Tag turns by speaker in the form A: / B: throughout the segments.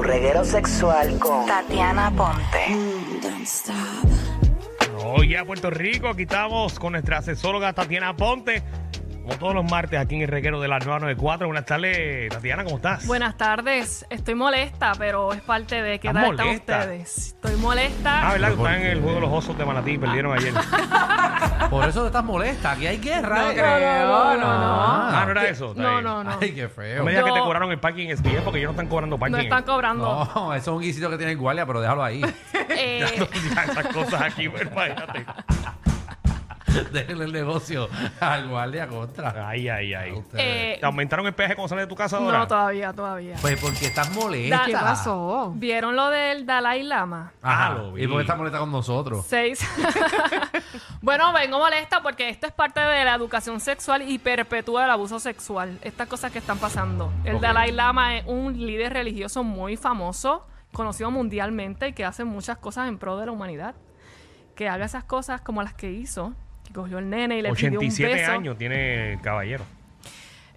A: reguero sexual con
B: Tatiana Ponte.
C: Hoy a Puerto Rico, aquí estamos con nuestra sexóloga Tatiana Ponte. Como todos los martes aquí en el reguero de la 994. Buenas tardes, Tatiana, ¿cómo estás?
D: Buenas tardes. Estoy molesta, pero es parte de qué
C: ¿Estás
D: tal están
C: molesta?
D: ustedes. Estoy molesta.
C: Ah, ¿verdad? Que Están en el juego de los osos de Manatí, perdieron ayer.
E: Por eso te estás molesta. Aquí hay guerra.
D: no
E: ¿eh?
D: creo, no, no.
C: Ah, ¿no era eso? Está
D: No,
C: bien.
D: no, no.
E: Ay, qué feo.
C: No me digas que
D: Yo-
C: te cobraron el parking SBF porque ellos no están cobrando parking.
D: No están cobrando.
E: No, eso es un guisito que tiene el guardia, pero déjalo ahí.
D: Eh,
C: Ya, esas cosas aquí, pero imagínate.
E: Déjale el negocio al guardia contra.
C: Ay, ay, ay.
D: eh,
C: ¿Te aumentaron el peaje cuando sales de tu casa ahora?
D: no, todavía, todavía.
E: Pues porque estás molesta.
D: Da- ¿Vieron lo del Dalai Lama?
E: Ajá,
C: Ah, lo vi.
E: ¿Y por qué estás molesta con nosotros?
D: Seis. bueno, vengo molesta porque esto es parte de la educación sexual y perpetúa el abuso sexual. Estas cosas que están pasando. El
E: Ok.
D: Dalai Lama es un líder religioso muy famoso, conocido mundialmente y que hace muchas cosas en pro de la humanidad. Que haga esas cosas como las que hizo, que cogió el nene y le pidió un
C: 87
D: beso.
C: años tiene el caballero.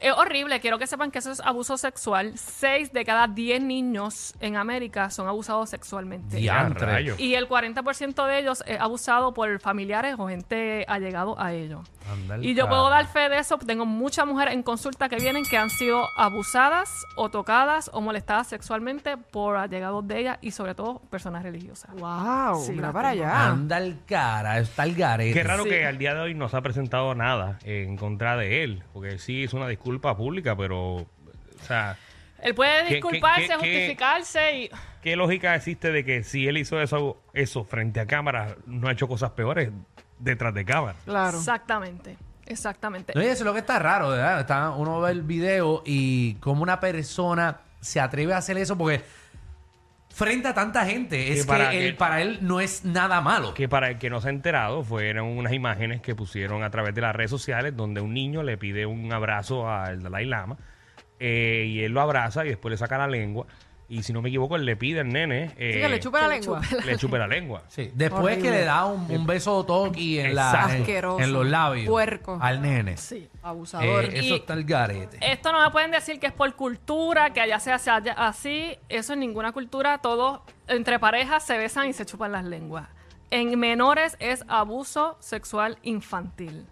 D: Es horrible, quiero que sepan que eso es abuso sexual. Seis de cada diez niños en América son abusados sexualmente.
E: Diantre.
C: Ya, rayos.
D: Y el 40% de ellos es abusado por familiares o gente allegado a ellos.
E: Anda el
D: Y yo
E: carajo.
D: puedo dar fe de eso. Tengo muchas mujeres en consulta que vienen que han sido abusadas o tocadas o molestadas sexualmente por allegados de ellas y sobre todo personas religiosas.
F: Wow,
D: Sí,
F: mira
D: la
F: para
D: tengo.
F: allá.
E: Anda el cara, está el garete.
C: Qué raro
D: Sí.
C: que al día de hoy no se ha presentado nada en contra de él, porque él sí hizo una disculpa pública, pero, o sea,
D: Él puede
C: ¿Qué- qué-
D: disculparse,
C: qué- qué-
D: justificarse y...
C: ¿qué lógica existe de que si él hizo eso, eso frente a cámara, no ha hecho cosas peores detrás de cámara?
F: Claro.
D: Exactamente, exactamente.
F: Este.
E: No, y eso es lo que está raro, ¿verdad? Está, uno ve el video y cómo una persona se atreve a hacer eso porque frente a tanta gente, es que,
C: para
E: él,
C: que-
E: para él no es nada malo.
C: Que para el que no se ha enterado, fueron unas imágenes que pusieron a través de las redes sociales donde un niño le pide un abrazo al Dalai Lama eh, y él lo abraza y después le saca la lengua. Y si no me equivoco, él le pide al nene. eh,
F: Sí, que le chupe la
D: que le
F: lengua.
D: chupe
C: le chupe la lengua.
E: Sí, después que le da un, un beso toqui en, la, en,
F: Asqueroso.
E: en los labios
F: Puerco.
E: al nene.
D: Sí.
F: Abusador.
E: Eh, eso
D: Y-
E: está el garete.
D: Esto no me pueden decir que es por cultura, que allá se hace allá- así. Eso en ninguna cultura. Todos entre parejas se besan y se chupan las lenguas. En menores es abuso sexual infantil.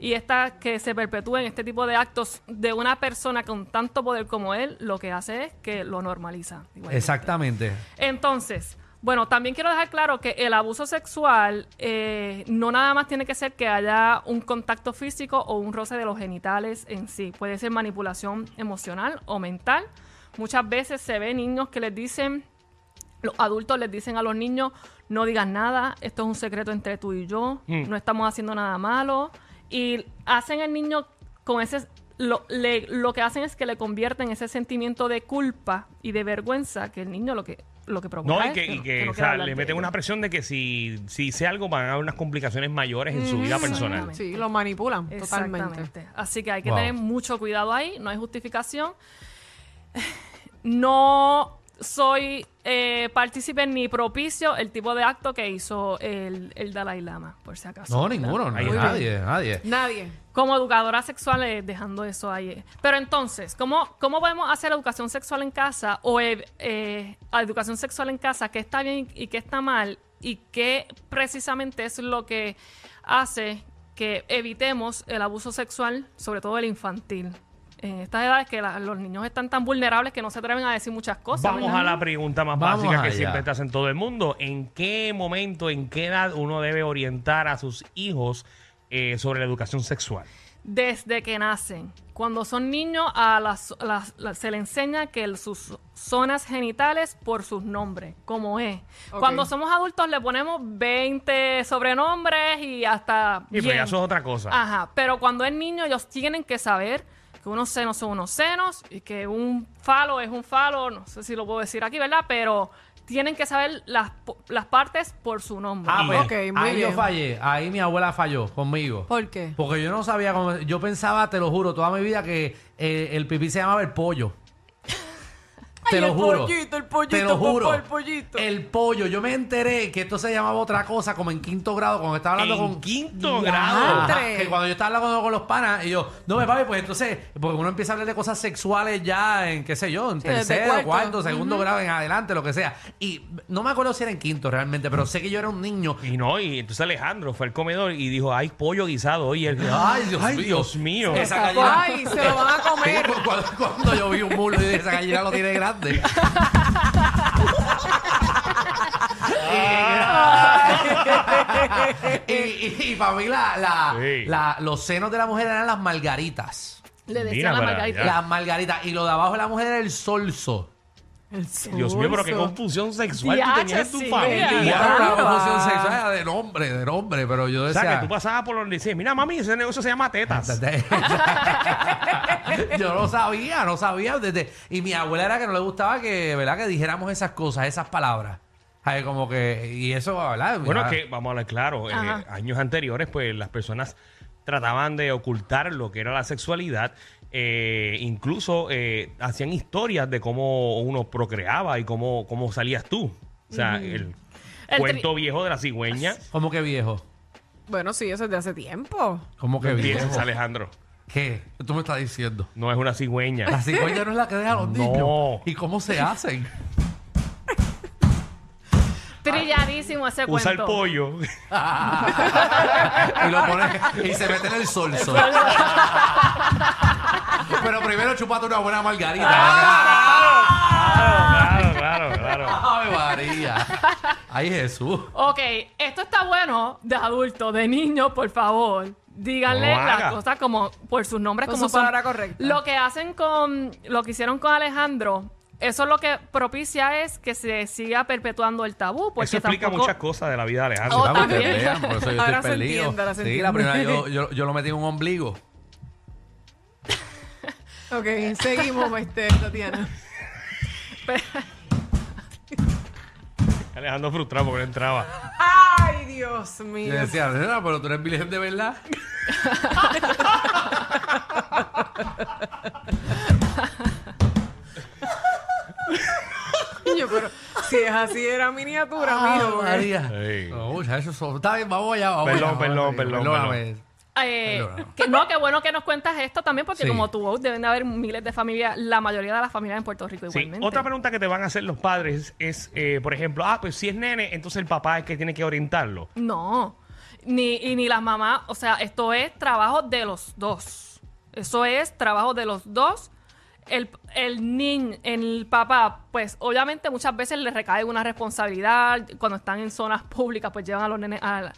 D: Y esta que se perpetúen este tipo de actos de una persona con tanto poder como él, lo que hace es que lo normaliza. igualmente.
E: Exactamente.
F: este.
D: Entonces, bueno, también quiero dejar claro que el abuso sexual eh, no nada más tiene que ser que haya un contacto físico o un roce de los genitales en sí. Puede ser manipulación emocional o mental. Muchas veces se ve niños que les dicen, los adultos les dicen a los niños, no digas nada, esto es un secreto entre tú y yo,
C: Hmm.
D: no estamos haciendo nada malo. Y hacen al niño con ese... Lo, le- lo que hacen es que le convierten ese sentimiento de culpa y de vergüenza que el niño lo que, lo que provoca
C: No, y
D: es
C: que, y
D: Pues, no-
C: que,
D: no
C: o
D: quiera
C: sea,
D: hablar
C: le
D: de
C: meten
D: ello.
C: una presión de que si, si hice algo van a haber unas complicaciones mayores en su
D: Mm,
C: vida personal.
D: Exactamente.
F: Sí, lo manipulan totalmente.
D: Exactamente. Así que hay que
E: Wow.
D: tener mucho cuidado ahí, no hay justificación. No soy eh, partícipe ni propicio el tipo de acto que hizo el, el Dalai Lama, por si acaso.
E: No,
D: ¿verdad?
E: ninguno,
C: Ahí
E: nadie,
C: está.
E: nadie, nadie.
F: Nadie.
D: Como educadora sexual, eh, dejando eso ahí. eh. Pero entonces, ¿cómo, cómo podemos hacer educación sexual en casa o eh, eh, educación sexual en casa? ¿Qué está bien y qué está mal? ¿Y qué precisamente es lo que hace que evitemos el abuso sexual, sobre todo el infantil? En estas edades que la- los niños están tan vulnerables que no se atreven a decir muchas cosas.
C: Vamos
D: ¿verdad?
C: a la pregunta más
E: Vamos
C: básica que
E: allá.
C: siempre te hacen todo el mundo. ¿En qué momento, en qué edad uno debe orientar a sus hijos eh, sobre la educación sexual?
D: desde que nacen. Cuando son niños, a las, las- las- se les enseña que el- sus zonas genitales por sus nombres, como es.
F: Ok.
D: Cuando somos adultos le ponemos 20 sobrenombres y hasta...
C: Y pero
D: bien. Ah.
C: ya eso es otra cosa.
D: Ajá, pero cuando es niño ellos tienen que saber que unos senos son unos senos y que un falo es un falo, no sé si lo puedo decir aquí, ¿verdad? Pero tienen que saber las, po- las partes por su nombre.
E: Ah, pues,
F: Ok, muy
E: ahí
F: bien.
E: yo fallé, ahí mi abuela falló conmigo.
F: ¿Por qué?
E: Porque yo no sabía cómo. Yo pensaba, te lo juro, toda mi vida que eh, el pipí se llamaba el pollo. Te
F: Ay,
E: lo
F: el
E: juro.
F: pollito, el pollito,
E: Te lo
F: papá,
E: juro.
F: el pollito.
E: El pollo. Yo me enteré que esto se llamaba otra cosa como en quinto grado cuando estaba hablando
C: En
E: con...
C: quinto
E: Ajá,
C: grado.
F: Diantre.
E: que cuando yo estaba hablando con los panas, y yo, no me papi, pues entonces, porque uno empieza a hablar de cosas sexuales ya en, qué sé yo, en
F: Sí, desde
E: tercero,
F: cuarto.
E: cuarto, segundo grado, en adelante, lo que sea. Y no me acuerdo si era en quinto realmente, pero sé que yo era un niño.
C: Y no, y entonces Alejandro fue al comedor y dijo, hay pollo guisado hoy. Y él, ay, Dios, mío.
E: Esa gallina-
F: Ay, se lo van a comer.
E: Cu- pues, Cuando, cuando yo vi un mulo y dije, esa gallina lo tiene grande. y, y- y para mí la- la-
C: Sí.
E: la- los senos de la mujer eran las margaritas.
D: Le
C: Mira
D: decían a
C: para
D: Margarita.
C: Ya. allá.
E: Las margaritas. Y lo de abajo de la mujer era el solso.
C: Dios mío, pero qué confusión sexual tú
D: Diache,
C: tenías en tu
D: sí.
C: familia.
E: Y era
F: barba.
E: una confusión sexual era de nombre, de nombre. Pero yo
C: O
E: decía...
C: sea, Ah, que tú pasabas por donde dices, mira, mami, ese negocio se llama tetas.
E: Yo no sabía, no sabía. Desde... Y mi abuela era que no le gustaba que, ¿verdad? que dijéramos esas cosas, esas palabras. Ay, como que, y eso, ¿verdad?
C: Bueno,
E: Ya-
C: que vamos a hablar claro, eh,
D: Ajá.
C: años anteriores, pues las personas trataban de ocultar lo que era la sexualidad. eh, incluso eh, hacían historias de cómo uno procreaba y cómo, cómo salías tú. O sea, el,
D: El
C: cuento viejo de la cigüeña.
E: Como que viejo.
F: Bueno, sí, eso es de hace tiempo.
E: Como que viejo.
C: Piensa, Alejandro.
E: ¿Qué? Tú me estás diciendo.
C: No es una cigüeña.
E: La cigüeña no es la que deja los
C: No.
E: niños. ¿Y cómo se hacen?
D: Trilladísimo ese
C: Usa el
D: cuento.
C: pollo.
E: y lo pones y se mete en el solso. Pero primero chupate una buena margarita.
D: Ah.
C: claro, claro, claro.
E: ¡Ay, María! ¡Ay, Jesús!
D: Ok, esto está bueno de adulto, de niño, por favor. Díganle
C: No lo haga.
D: las cosas como por sus nombres,
F: Con
D: como
F: su
D: son.
F: palabra correcta.
D: Lo que hacen con, lo que hicieron con Alejandro, eso lo que propicia es que se siga perpetuando el tabú. Porque
C: Eso explica
D: tampoco-
C: muchas cosas de la vida de Alejandro.
D: Oh,
E: Vamos, que
D: también.
E: Ah, vean, por eso yo
F: Ahora
E: estoy
F: se
E: perdido.
F: entiende, ahora se
E: sí, la
F: entiende.
E: primera yo, yo, yo lo metí en un ombligo.
F: Ok, seguimos, este, Tatiana.
C: Alejandro frustrado porque no entraba.
F: Ay, Dios
E: Y
F: mío.
E: le decía, "Nena, pero tú eres virgen de verdad.
F: Yo, pero si es así, era miniatura,
E: Ah,
F: mira, eh". porque-
E: María.
C: Sí.
E: No, muchachos, eso son- Está bien, vamos allá, vamos
C: Perdón,
E: allá,
C: perdón,
E: vamos allá.
C: perdón,
E: Perdóname.
D: Eh,
E: Perdóname.
D: que, no, qué bueno que nos cuentas esto también, porque
E: Sí.
D: como tú, deben de haber miles de familias, la mayoría de las familias en Puerto Rico
C: Sí.
D: igualmente.
C: Otra pregunta que te van a hacer los padres es, eh, por ejemplo, ah, pues si es nene, entonces el papá es que tiene que orientarlo.
D: No, ni, y ni las mamás, o sea, esto es trabajo de los dos. Eso es trabajo de los dos. El, el niño, el papá, pues obviamente muchas veces le recae una responsabilidad. Cuando están en zonas públicas, pues llevan a los nenes al,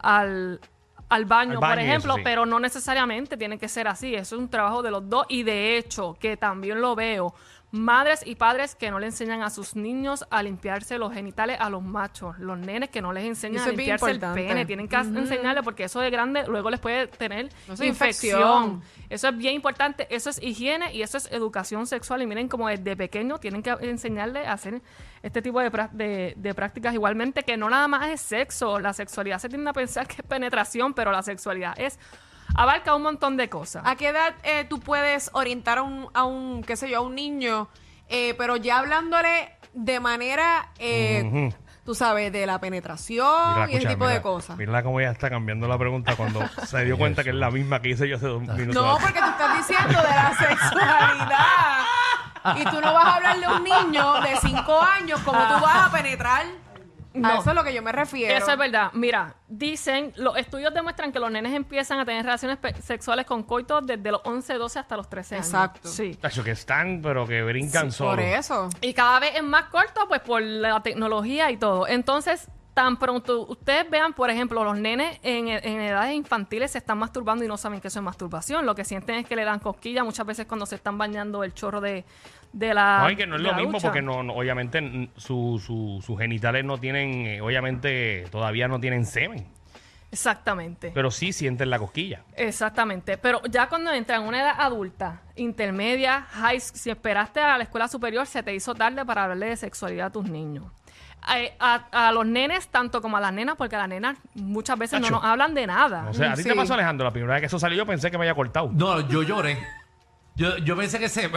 D: al, al baño,
C: Al
D: por
C: baño,
D: ejemplo,
C: eso sí.
D: pero no necesariamente tiene que ser así. Eso es un trabajo de los dos y de hecho, que también lo veo, madres y padres que no le enseñan a sus niños a limpiarse los genitales a los machos, los nenes que no les enseñan
F: Eso
D: enseñan
F: es
D: a limpiarse
F: bien
D: el
F: importante.
D: pene, tienen que enseñarle porque eso de grande luego les puede tener
F: No sé,
D: infección.
F: infección.
D: Eso es bien importante, eso es higiene y eso es educación sexual y miren como desde pequeño tienen que enseñarle a hacer este tipo de, prá- de- de prácticas igualmente que no nada más es sexo, la sexualidad se tiende a pensar que es penetración, pero la sexualidad es abarca un montón de cosas.
F: ¿A qué edad eh, tú puedes orientar a un, a un, qué sé yo, a un niño, eh, pero ya hablándole de manera, eh,
C: Ujú.
F: tú sabes, de la
C: Mira,
F: penetración y ese
C: escucha,
F: tipo de
C: mira,
F: cosas?
C: Mira cómo ella está cambiando la pregunta cuando se dio cuenta que es la misma que hice yo hace dos minutos.
F: No, porque tú estás diciendo de la sexualidad. Y tú no vas a hablar de un niño de 5 años como tú vas a penetrar. A
D: No.
F: eso es lo que yo me refiero.
D: Eso es verdad. Mira, dicen, los estudios demuestran que los nenes empiezan a tener relaciones pe- sexuales con coitos desde los 11, 12 hasta los 13 años.
F: Exacto.
D: Sí.
C: Tacho, que están, pero que brincan
F: Por
C: solos.
F: eso.
D: Y cada vez es más corto, pues por la tecnología y todo. Entonces, tan pronto ustedes vean, por ejemplo, los nenes en, en edades infantiles se están masturbando y no saben que eso es masturbación. Lo que sienten es que le dan cosquillas muchas veces cuando se están bañando el chorro de, de la.
C: No, y que no es
D: de
C: lo
D: la
C: mismo
D: ducha.
C: porque no, no, obviamente n- su- su- sus genitales no tienen, eh, obviamente todavía no tienen semen,
D: Exactamente.
C: pero sí sienten la cosquilla.
D: Exactamente, pero ya cuando entran a una edad adulta, intermedia, high, si esperaste a la escuela superior, se te hizo tarde para hablarle de sexualidad a tus niños. A, a- a los nenes, tanto como a las nenas, porque las nenas muchas veces
C: Tacho.
D: no nos hablan de nada.
C: O sea, a ti te
F: Sí.
C: pasó Alejandro, la primera vez que eso salió yo pensé que me había cortado.
E: No, yo lloré. Yo, yo pensé que se...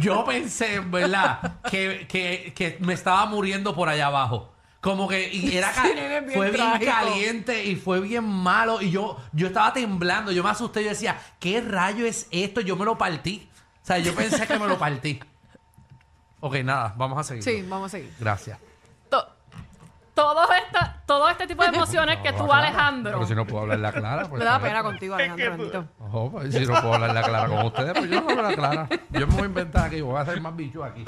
E: Yo pensé, en ¿verdad? Que, que- que me estaba muriendo por allá abajo. Como que y era ca-
F: Sí, eres bien
E: fue bien
F: trágico.
E: caliente y fue bien malo. Y yo, yo estaba temblando, yo me asusté, yo decía, ¿qué rayo es esto? Yo me lo partí. O sea, yo pensé que me lo partí. Ok, nada, vamos a seguir.
F: Sí, vamos a seguir.
E: Gracias.
D: To- todo, esta- todo este tipo de emociones que tú, Alejandro.
E: Pero si no puedo hablar la clara. pues,
F: Me da
E: ¿sabes?
F: pena contigo, Alejandro. bendito.
E: Ojo, pues, si no puedo hablar la clara con ustedes, pues yo no hablo la clara. Yo me voy a inventar aquí, voy a hacer más bicho aquí.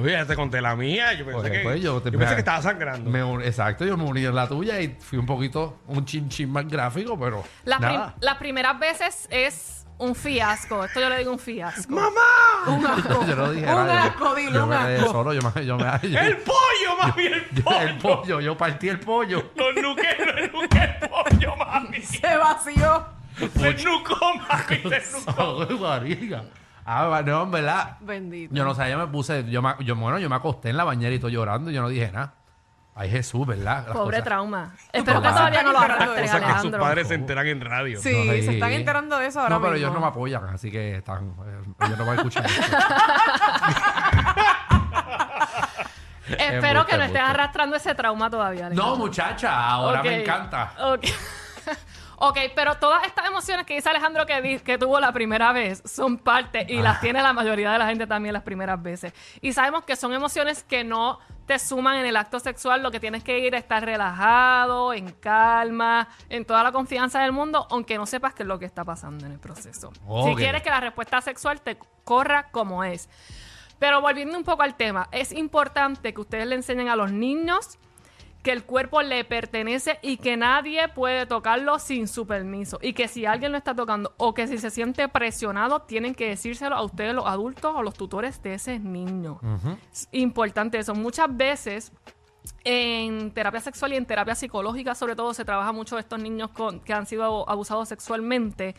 C: Oye, ya te conté la mía. Yo pensé,
E: Pues,
C: que,
E: pues,
C: yo
E: te-
C: pensé que estaba sangrando.
E: Me un- exacto, yo me uní en la tuya y fui un poquito, un chinchín más gráfico, pero.
D: Las, prim-
E: nada.
D: las primeras veces es un fiasco. Esto yo le digo un fiasco.
F: Un asco.
E: yo no dije
F: un
E: nada. yo-
F: asco, dilo,
E: yo
F: un
E: me quedé
F: asco.
E: solo, yo me. Yo me yo-
C: ¡El pollo, mami!
E: yo-
C: ¡El pollo!
E: el pollo, yo partí el pollo.
C: Los nuqué, los nuqué el pollo, mami.
F: Se vació.
C: Se nucó, mami. Se nucó.
E: Ay, marica. Ah, no, en verdad.
F: Bendito.
E: Yo no sabía, me puse. Yo, me- yo, bueno, yo me acosté en la bañera y estoy llorando y yo no dije nada. Ay, Jesús, ¿verdad? Las
D: Pobre
E: cosas-
D: trauma. Espero que
E: Cosas-
D: todavía no lo
F: Cosas
D: arrastres,
C: O sea, que sus
D: Alejandro.
C: padres se enteran en radio.
F: Sí,
E: No,
F: se están enterando de eso ahora
E: No, pero ellos
F: mismo.
E: no me apoyan, así que están, eh, ellos no van a escuchar esto.
D: Espero que
E: Embuste,
D: no estés
E: embuste.
D: arrastrando ese trauma todavía.
E: No,
D: Alejandro.
E: muchacha, ahora
D: Ok.
E: me encanta.
D: Ok. Ok, pero todas estas emociones que dice Alejandro que, di- que tuvo la primera vez son parte y
E: Ah.
D: las tiene la mayoría de la gente también las primeras veces. Y sabemos que son emociones que no te suman en el acto sexual, lo que tienes que ir es estar relajado, en calma, en toda la confianza del mundo, aunque no sepas qué es lo que está pasando en el proceso. Si
E: Ok.
D: quieres que la respuesta sexual te corra como es. Pero volviendo un poco al tema, es importante que ustedes le enseñen a los niños que el cuerpo le pertenece y que nadie puede tocarlo sin su permiso. Y que si alguien lo está tocando o que si se siente presionado, tienen que decírselo a ustedes los adultos o los tutores de ese niño. Es importante eso. Muchas veces en terapia sexual y en terapia psicológica, sobre todo, se trabaja mucho estos niños con- que han sido abusados sexualmente.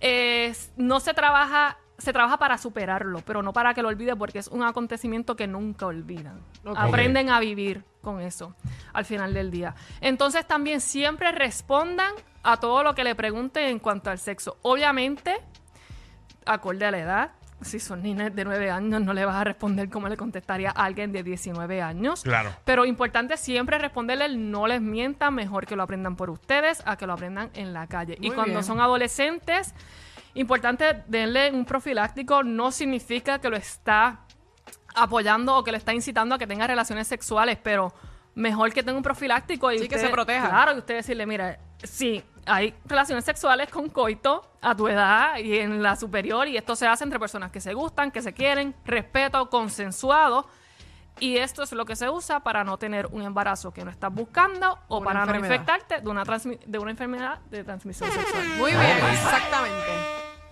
D: Es- no se trabaja, se trabaja para superarlo, pero no para que lo olvide, porque es un acontecimiento que nunca olvidan.
F: Ok.
D: Aprenden a vivir con eso al final del día. Entonces también siempre respondan a todo lo que le pregunten en cuanto al sexo. Obviamente, acorde a la edad. Si son niñas de 9 años, no le vas a responder como le contestaría a alguien de 19 años.
C: Claro.
D: Pero importante siempre responderle el no les mientan, mejor que lo aprendan por ustedes a que lo aprendan en la calle. y
F: Muy
D: cuando
F: bien.
D: son adolescentes, importante denle un profiláctico, no significa que lo está apoyando o que lo está incitando a que tenga relaciones sexuales, pero mejor que tenga un profiláctico y
F: Sí, que
D: usted-
F: se proteja.
D: Claro, y usted decirle, mira, sí, hay relaciones sexuales con coito a tu edad y en la superior y esto se hace entre personas que se gustan, que se quieren, respeto, consensuado. Y esto es lo que se usa para no tener un embarazo que no estás buscando o
F: Una
D: para no
F: enfermedad.
D: infectarte de una, transmi- de una enfermedad de transmisión sexual.
F: Muy bien, exactamente.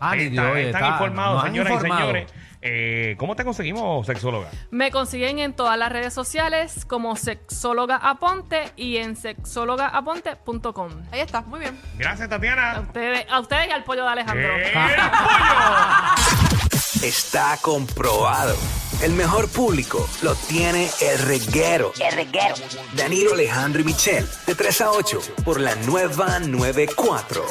E: Ah, ni
C: Están-
E: Dios,
C: están
E: está-
C: informados,
E: nos han
C: señoras
E: informado.
C: y señores. Eh, ¿Cómo te conseguimos, sexóloga?
D: Me consiguen en todas las redes sociales como sexóloga aponte y en sexólogaaponte.com.
F: Ahí está, muy bien.
C: Gracias,
D: A
C: Tatiana.
D: ustedes, a ustedes y al pollo de Alejandro.
C: ¡Eh, el pollo!
A: Está comprobado. El mejor público lo tiene el reguero.
B: El reguero
A: Danilo Alejandro y Michel, de 3 a 8, por la nueva 94.